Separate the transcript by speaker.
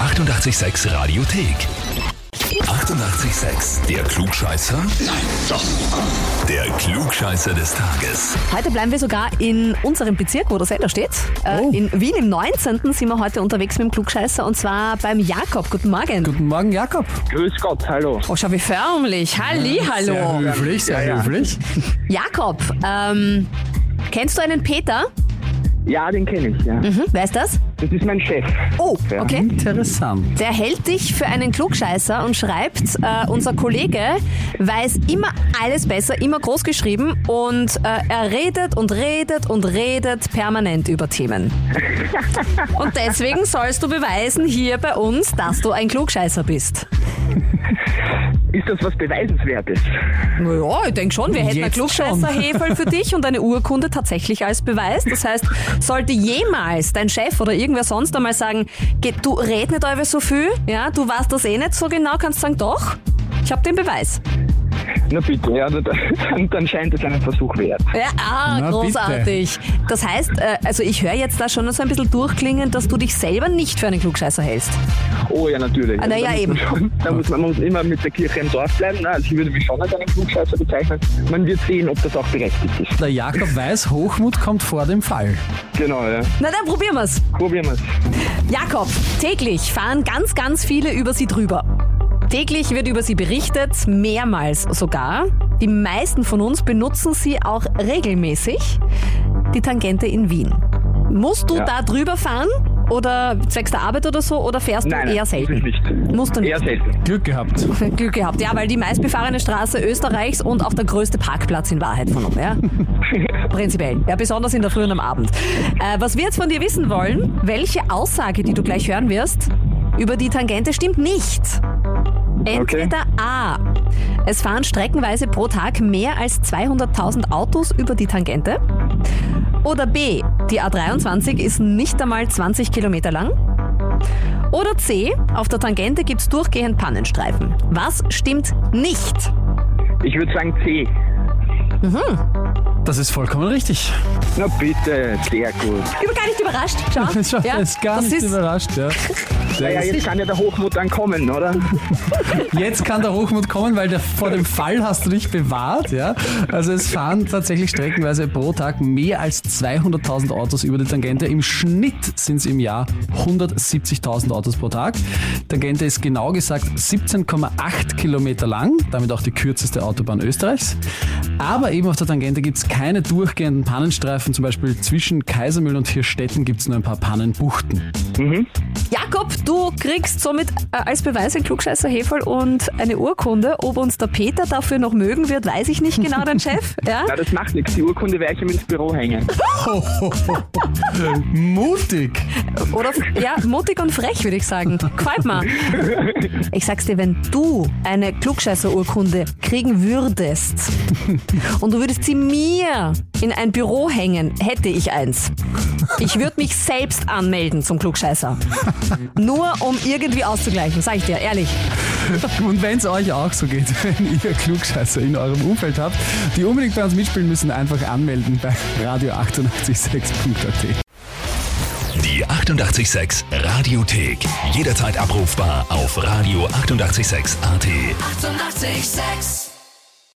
Speaker 1: 886 Radiothek. 88,6. Der Klugscheißer? Nein, doch. Der Klugscheißer des Tages.
Speaker 2: Heute bleiben wir sogar in unserem Bezirk, wo der Sender steht. Äh,
Speaker 3: Oh.
Speaker 2: In Wien im 19. sind wir heute unterwegs mit dem Klugscheißer und zwar beim Jakob. Guten Morgen.
Speaker 3: Guten Morgen, Jakob.
Speaker 4: Grüß Gott, hallo.
Speaker 2: Oh, schau, wie förmlich. Halli, hallo.
Speaker 3: höflich, sehr höflich.
Speaker 2: Jakob, ähm, kennst du einen Peter?
Speaker 4: Ja, den kenne ich, ja.
Speaker 2: Hm, wer ist das?
Speaker 4: Das ist mein Chef.
Speaker 2: Oh, okay.
Speaker 3: Interessant.
Speaker 2: Der hält dich für einen Klugscheißer und schreibt, äh, unser Kollege weiß immer alles besser, immer groß geschrieben und äh, er redet und redet und redet permanent über Themen. Und deswegen sollst du beweisen hier bei uns, dass du ein Klugscheißer bist.
Speaker 4: Ist das was Beweisenswertes?
Speaker 2: Naja, ich denke schon, wir hätten ein
Speaker 3: Jetzt schon.
Speaker 2: Klugscheißer-Hefel für dich und eine Urkunde tatsächlich als Beweis. Das heißt, sollte jemals dein Chef oder irgendwer sonst einmal sagen, "Geh, du red nicht euer so viel, ja, du weißt das eh nicht so genau, kannst du sagen, doch, ich habe den Beweis.
Speaker 4: Na bitte, ja, da- dann, dann scheint es einen Versuch wert.
Speaker 2: Ja, ah,
Speaker 3: Na,
Speaker 2: großartig. Das heißt, äh, also ich höre jetzt da schon so ein bisschen durchklingen, dass du dich selber nicht für einen Klugscheißer hältst.
Speaker 4: Oh ja, natürlich.
Speaker 2: Ah, na ja,
Speaker 4: Da muss
Speaker 2: eben.
Speaker 4: man Schon, da muss man, man muss immer mit der Kirche im Dorf bleiben. Na, Also ich würde mich schon als einen Klugscheißer bezeichnen. Man wird sehen, ob das auch berechtigt ist.
Speaker 3: Der Jakob weiß, Hochmut kommt vor dem Fall.
Speaker 4: Genau, ja.
Speaker 2: Na dann probieren wir's.
Speaker 4: Probieren wir's.
Speaker 2: Jakob, täglich fahren ganz, ganz viele über sie drüber. Täglich wird über sie berichtet, mehrmals sogar. Die meisten von uns benutzen sie auch regelmäßig. Die Tangente in Wien. Musst du
Speaker 4: Ja.
Speaker 2: da drüber fahren? Oder zwecks der Arbeit oder so? Oder fährst
Speaker 4: Nein,
Speaker 2: du
Speaker 4: nein,
Speaker 2: eher
Speaker 4: muss ich
Speaker 2: selten?
Speaker 4: nicht.
Speaker 2: Musst du nicht.
Speaker 4: Eher selten.
Speaker 3: Glück gehabt.
Speaker 2: Glück gehabt, ja, weil die meistbefahrene Straße Österreichs und auch der größte Parkplatz in Wahrheit von uns, ja? Prinzipiell, ja, besonders in der Früh und am Abend. Äh, was wir jetzt von dir wissen wollen, welche Aussage, die du gleich hören wirst, über die Tangente stimmt nicht. Entweder A. Es fahren streckenweise pro Tag mehr als 200.000 Autos über die Tangente. Oder B. Die A23 ist nicht einmal 20 Kilometer lang. Oder C, auf der Tangente gibt's durchgehend Pannenstreifen. Was stimmt nicht?
Speaker 4: Ich würde sagen C.
Speaker 3: Das ist vollkommen richtig.
Speaker 4: Na bitte, sehr gut.
Speaker 2: Ich bin gar nicht überrascht. Schau.
Speaker 3: Schau, der ist gar
Speaker 2: das
Speaker 3: nicht
Speaker 2: ist,
Speaker 3: überrascht. Ja.
Speaker 4: Naja,
Speaker 3: Der ist,
Speaker 4: jetzt kann ja der Hochmut dann kommen, oder?
Speaker 3: jetzt kann der Hochmut kommen, weil der, vor dem Fall hast du dich bewahrt. Ja. Also es fahren tatsächlich streckenweise pro Tag mehr als 200.000 Autos über die Tangente. Im Schnitt sind es im Jahr 170.000 Autos pro Tag. Tangente ist genau gesagt 17,8 Kilometer lang, damit auch die kürzeste Autobahn Österreichs. Aber eben auf der Tangente gibt es keine durchgehenden Pannenstreifen. Zum Beispiel zwischen Kaisermühl und Hirstetten gibt es nur ein paar Pannenbuchten.
Speaker 2: Jakob, du kriegst somit äh, als Beweis ein Klugscheißer Heferl und eine Urkunde. Ob uns der Peter dafür noch mögen wird, weiß ich nicht genau, dein Chef. Ja?
Speaker 4: Na, das macht nichts. Die Urkunde werde ich ihm ins Büro hängen.
Speaker 3: Mutig!
Speaker 2: Oder ja, mutig und frech, würde ich sagen. Gefällt mir. Ich sag's dir, wenn du eine Klugscheißer-Urkunde kriegen würdest und du würdest sie mir in ein Büro hängen, hätte ich eins. Ich würde mich selbst anmelden zum Klugscheißer. Nur um irgendwie auszugleichen, sag ich dir, ehrlich.
Speaker 3: Und wenn es euch auch so geht, wenn ihr Klugscheißer in eurem Umfeld habt, die unbedingt bei uns mitspielen müssen, einfach anmelden bei radio886.at.
Speaker 1: Die 88,6 Radiothek. Jederzeit abrufbar auf radio886.at. 88,6.
Speaker 5: Eighty-eight, sex.